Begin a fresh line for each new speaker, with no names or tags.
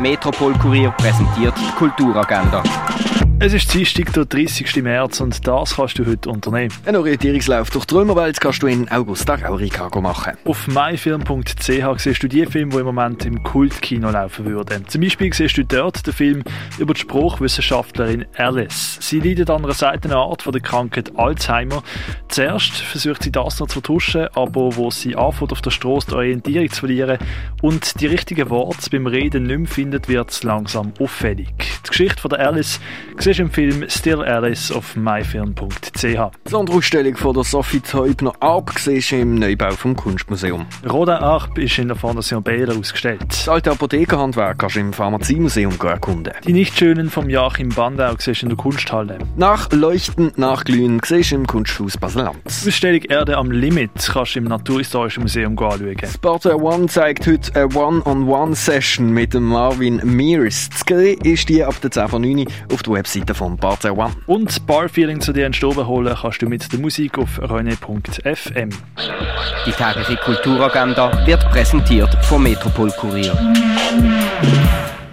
Metropol Kurier präsentiert die Kulturagenda.
Es ist Dienstag, der 30. März und das kannst du heute unternehmen.
Einen Orientierungslauf durch die Römerwelt kannst du in Augusta Rauricago machen.
Auf myfilm.ch siehst du die Filme, die im Moment im Kultkino laufen würden. Zum Beispiel siehst du dort den Film über die Spruchwissenschaftlerin Alice. Sie leidet an einer Seitenart von der Krankheit Alzheimer. Zuerst versucht sie das noch zu vertuschen, aber wo sie anfängt, auf der Straße die Orientierung zu verlieren und die richtigen Worte beim Reden nicht mehr findet, wird es langsam auffällig. Die Geschichte von der Alice siehst du im Film Still Alice auf myfilm.ch.
Die Sonderausstellung von der Sophie Teubner ab siehst du im Neubau vom Kunstmuseum.
Roda Arp ist in der Fondation Bähler ausgestellt.
Das alte Apothekerhandwerk kannst du im Pharmaziemuseum erkunden.
Die Nichtschönen vom Joachim Bandau siehst du in der Kunsthalle.
Nach Leuchten, nach Glühen siehst du im Kunsthaus Basel-Lanz.
Die Ausstellung Erde am Limit kannst du im Naturhistorischen Museum anschauen.
Sport One zeigt heute eine One-on-One-Session mit dem Marvin Mears. Zu sehen ist die ab der 10 von 9 Uhr auf der Webseite von Part One.
Und Barfeeling zu dir in die Stube holen kannst du mit der Musik auf rene.fm.
Die tägliche Kulturagenda wird präsentiert vom Metropol Kurier.